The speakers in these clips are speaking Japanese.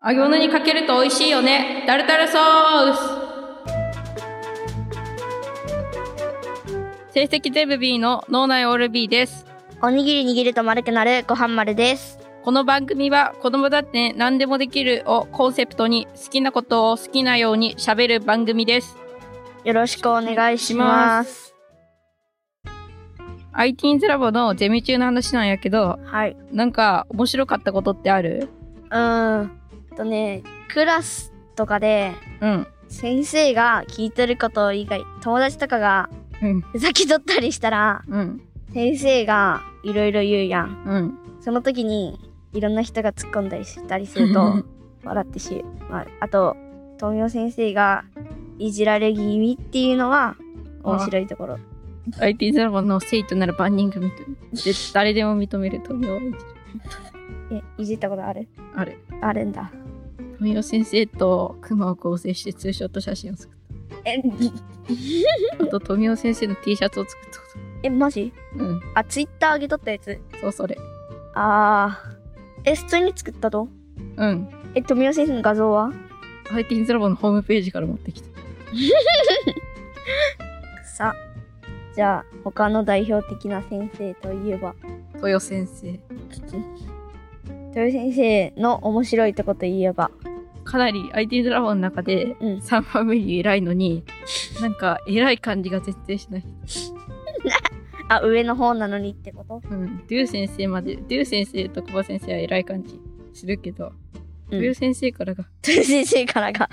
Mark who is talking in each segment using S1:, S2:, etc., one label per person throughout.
S1: 揚げ物にかけると美味しいよね。タルタルソース。成績全部 B の脳内オール B です。
S2: おにぎり握ると丸くなるご飯丸です。
S1: この番組は子供だって何でもできるをコンセプトに好きなことを好きなように喋る番組です。
S2: よろしくお願いします。
S1: IT's ラボのゼミ中の話なんやけど、
S2: はい。
S1: なんか面白かったことってある
S2: うーん。とね、クラスとかで
S1: うん。
S2: 先生が聞いてること以外、友達とかが
S1: うん。
S2: ふざけとったりしたら、
S1: うん。
S2: 先生がいろいろ言うやん。
S1: うん。
S2: その時にいろんな人が突っ込んだりしたりする と笑ってしまう。あと、東洋先生がいじられ気味っていうのは面白いところ。
S1: IT ラボの生徒なら万人組という絶誰でも認める富を
S2: え、いじったことある
S1: ある
S2: あるんだ。
S1: 富代先生と熊を構成してツーショット写真を作っ
S2: え、
S1: たあと富代先生の T シャツを作ったこ
S2: え、マジ
S1: とうん
S2: あ、ツイッター上げとったやつ。
S1: そうそれ
S2: ああ。え、普通に作ったと
S1: うん
S2: え、富代先生の画像は
S1: IT ラボのホームページから持ってきた
S2: さ。じゃあ、他の代表的な先生といえば、
S1: 豊代先生
S2: 豊先生の面白いとこといえば、
S1: かなり IT ラボの中で
S2: うん。
S1: 3番目に偉いのになんか偉い感じが絶対しない
S2: あ、上の方なのにってこと
S1: うんデュー先生までデュー先生と久保先生は偉い感じするけど
S2: うん
S1: 豊代先生からが
S2: 豊先生からが。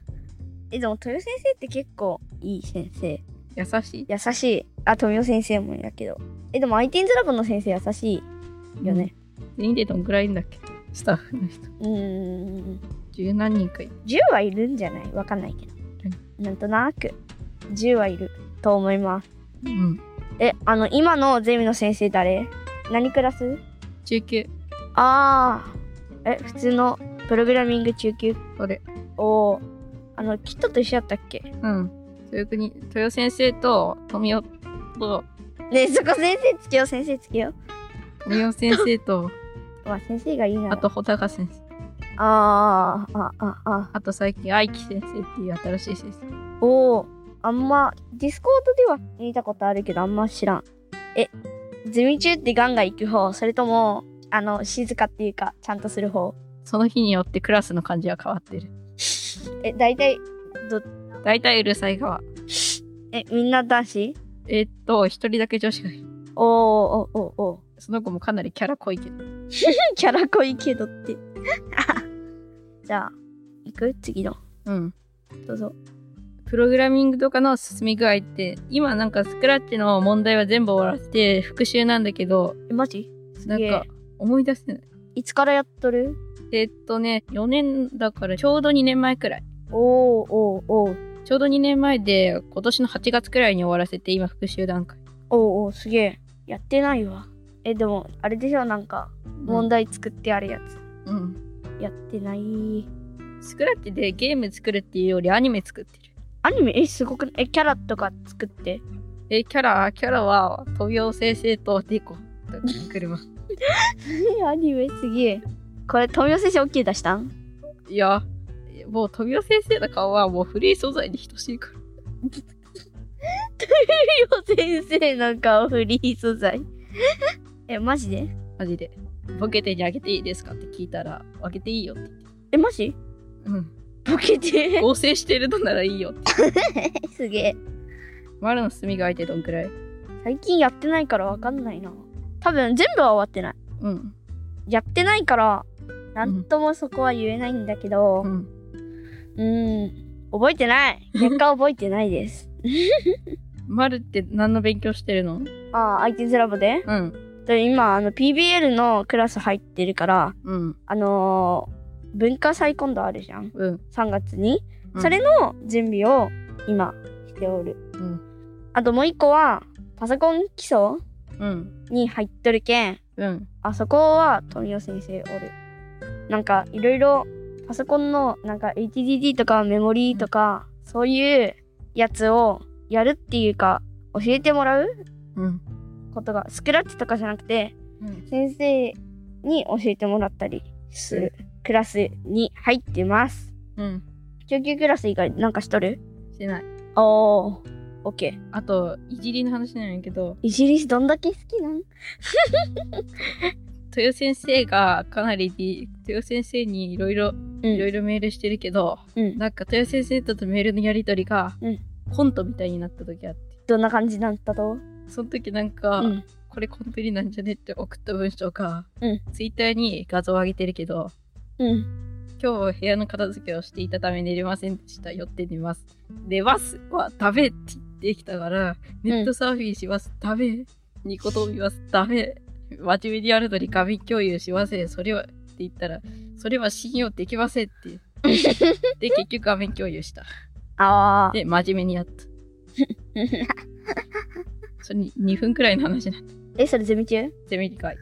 S2: え、でも豊先生って結構いい先生。
S1: 優しい
S2: 優しい。あ、富代先生もだけど。え、でも IT ズラボの先生優しいよね。
S1: 全員でどんぐらいいんだっけスタッフの人。
S2: うーん。
S1: 十何人かい
S2: 10はいるんじゃないわかんないけど
S1: はい。
S2: なんとなく10はいると思います。
S1: うん。
S2: え、あの、今のゼミの先生誰何クラス
S1: 中級。
S2: ああ。え、普通のプログラミング中級
S1: それ。
S2: を、あの、キットと一緒やったっけ
S1: うん。そういう国、豊先生と富代と、
S2: ねえ、そこ先生つけよう、先生つけよ
S1: 富代先生 と、
S2: う。まあ、先生がいいなら。
S1: あと穂高先生。
S2: あーあ、あ、あ、
S1: あと最近愛希先生っていう新しい先生。
S2: おお、あんま、ディスコードでは見たことあるけど、あんま知らん。え、ゼミ中ってガンガン行く方、それとも、あの、静かっていうか、ちゃんとする方。
S1: その日によってクラスの感じは変わってる。
S2: え、大体、
S1: 大体うるさい側。
S2: え、みんな男子
S1: えーっと、一人だけ女子がいる。
S2: おおおおおお。
S1: その子もかなりキャラ濃いけど。
S2: キャラ濃いけどって。じゃあ、行く次の。
S1: うん。
S2: どうぞ。
S1: プログラミングとかの進み具合って、今なんかスクラッチの問題は全部終わらせて復習なんだけど、
S2: え、マジ
S1: なん
S2: げえ
S1: か思い出せない。
S2: いつからやっとる
S1: えっとね、4年だからちょうど2年前くらい。
S2: おおおおお
S1: ちょうど2年前で、今年の8月くらいに終わらせて、今復習段階。
S2: おおすげえ。やってないわ。え、でも、あれでしょ、なんか、問
S1: 題、
S2: 題作ってあるやつ。
S1: うん、
S2: やってない。
S1: スクラッチでゲーム作るっていうよりアニメ作ってる。
S2: アニメ、え、すごくないえ、キャラとか作って。
S1: え、キャラ、キャラは、飛び先生とデコと車。
S2: え、 アニメすげえ。これ、富代先生 OK 出したん
S1: いや、もう飛び先生の顔はもうフリー素材に等しいから。
S2: 富代先生の顔フリー素材。 え、マジで
S1: マジで。ボケてにあげていいですかって聞いたら、あげていいよって。
S2: え、マジ
S1: うん。
S2: ボケて。
S1: 合成してるのならいいよって。
S2: すげえ。
S1: 丸の隅が空いてどんくらい
S2: 最近やってないからわかんないな。多分、全部は終わってない。
S1: うん。
S2: やってないから、なんともそこは言えないんだけど、
S1: うん。
S2: うーん、覚えてない。結果覚えてないです。
S1: マルって何の勉強してるの
S2: ああ、IT ズラボで
S1: うん。
S2: で今、あの、PBL のクラス入ってるから、
S1: うん。
S2: あのー文化祭今度あるじゃん。
S1: うん。
S2: 3月に。
S1: うん
S2: それの準備を今しておる。
S1: うん。
S2: あともう一個は、パソコン基礎
S1: うん。
S2: に入っとるけん、
S1: うん。
S2: あそこは富代先生おる。なんか、いろいろ、パソコンの、なんか HDD とかメモリーとか、そういうやつをやるっていうか、教えてもらう
S1: うん。
S2: ことがスクラッチとかじゃなくて先生に教えてもらったりする、クラスに入ってます。
S1: うん。
S2: 中級クラス以外なんかしとる
S1: してない。
S2: おー、オッケー。
S1: あと、いじりの話なんやけど、
S2: イギリスどんだけ好きなん
S1: 豊先生がかなりり、豊先生にいろいろ、
S2: う
S1: いろい
S2: ん。
S1: ろメールしてるけど、
S2: うん。
S1: なんか豊先生とメールのやりとりが、
S2: うん
S1: コントみたいになった時あって、
S2: どんな感じなんだと
S1: その時なんか、
S2: うん。
S1: これコンプリなんじゃねって送った文章が、
S2: うん
S1: ツイッターに画像を上げてるけど、
S2: うん。
S1: 今日は部屋の片付けをしていたため寝れませんでした。寄って寝ます。寝ますは食べって言ってきたから、ネットサーフィンします。食べ。ニコ動見ます。食べ。真面目にやるのに画面共有しません。それはって言ったら、それは信用できませんって。で、結局画面共有した。
S2: あー。
S1: で、真面目にやった。それに2分くらいの話になっ
S2: え、それゼミ中
S1: てみるかい。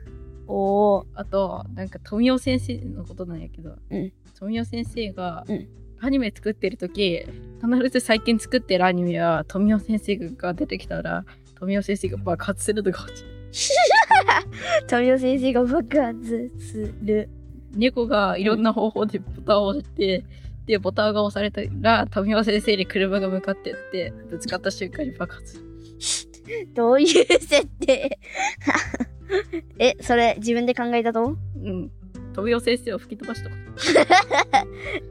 S2: おー。
S1: あと、なんか富雄先生のことなんやけど、
S2: うん
S1: 富雄先生が、
S2: うん
S1: アニメ作ってる時必ず最近作ってるアニメは富雄先生が出てきたら富雄先生が爆発するとか
S2: 富野先生が爆発する。
S1: 猫がいろんな方法でボタンを押して、でボタンが押されたら富雄先生に車が向かってってぶつかった瞬間に爆発する
S2: どういう設定 え、それ自分で考えたと
S1: うん富雄先生を吹き飛ばしたこ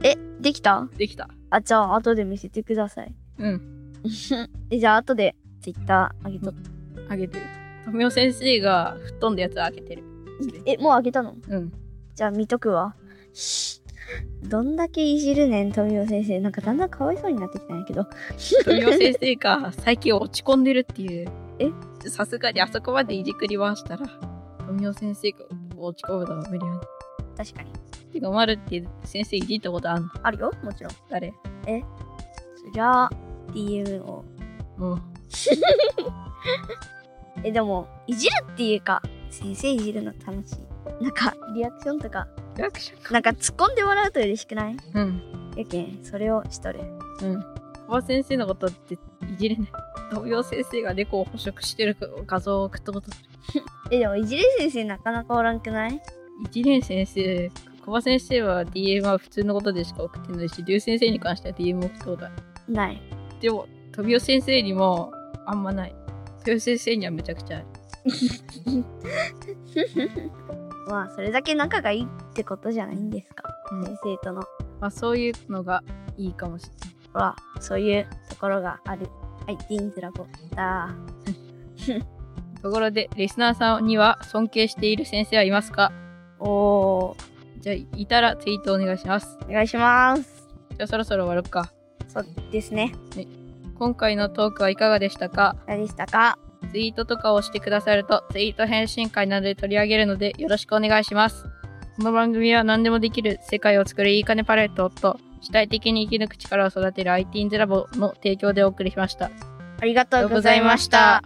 S2: え、できた
S1: とできた
S2: あ、じゃあ後で見せてください。
S1: うん
S2: え、じゃあ後でツイッターあげとっ
S1: あげてる富雄先生が吹っ飛んだやつをあげてる
S2: え、もうあげたの
S1: うん
S2: じゃあ見とくわ。どんだけいじるねん、富野先生。なんかだんだんかわいそうになってきたんやけど。
S1: 富雄先生が最近落ち込んでるっていう
S2: え
S1: さすがにあそこまでいじくり回したら富雄先生が落ち込むのは無理やね
S2: 確かに。
S1: てかまるって先生いじったことあんの
S2: あるよ、もちろん。
S1: 誰
S2: じゃあ、DM を。
S1: もう
S2: え、でも、いじるっていうか、先生いじるの楽しい。なんか、リアクションとか、
S1: リアクション
S2: なんか突っ込んでもらうと嬉しくない
S1: うん
S2: やけん、それをしとる。
S1: うん小葉先生のことっていじれない富雄先生が猫を捕食してる画像を送ったこと
S2: え、でも、いじる先生なかなかおらんくない
S1: 一年先生小葉先生は DM は普通のことでしか送ってないし龍先生に関しては DM 送ったことある
S2: ない。
S1: でも富雄先生にもあんまない富雄先生にはめちゃくちゃある
S2: まあ、それだけ仲がいいってことじゃないんですか。
S1: うん
S2: 先生との。
S1: まあ、そういうのがいいかもしれない。
S2: ほら、そういうところがある。はい、ディーンズラボだ。
S1: ところで、リスナーさんには尊敬している先生はいますか
S2: おー、
S1: じゃあ、いたらツイートお願いします。
S2: お願いします。
S1: じゃあ、そろそろ終わろうか。
S2: そうですね。
S1: 今回のトークはいかがでしたか
S2: 何でしたか
S1: ツイートとかをしてくださると、ツイート返信会などで取り上げるので、よろしくお願いします。この番組は何でもできる世界を作るいい金パレットと、主体的に生き抜く力を育てる ITINS ラボの提供でお送りしました。
S2: ありがとうございました。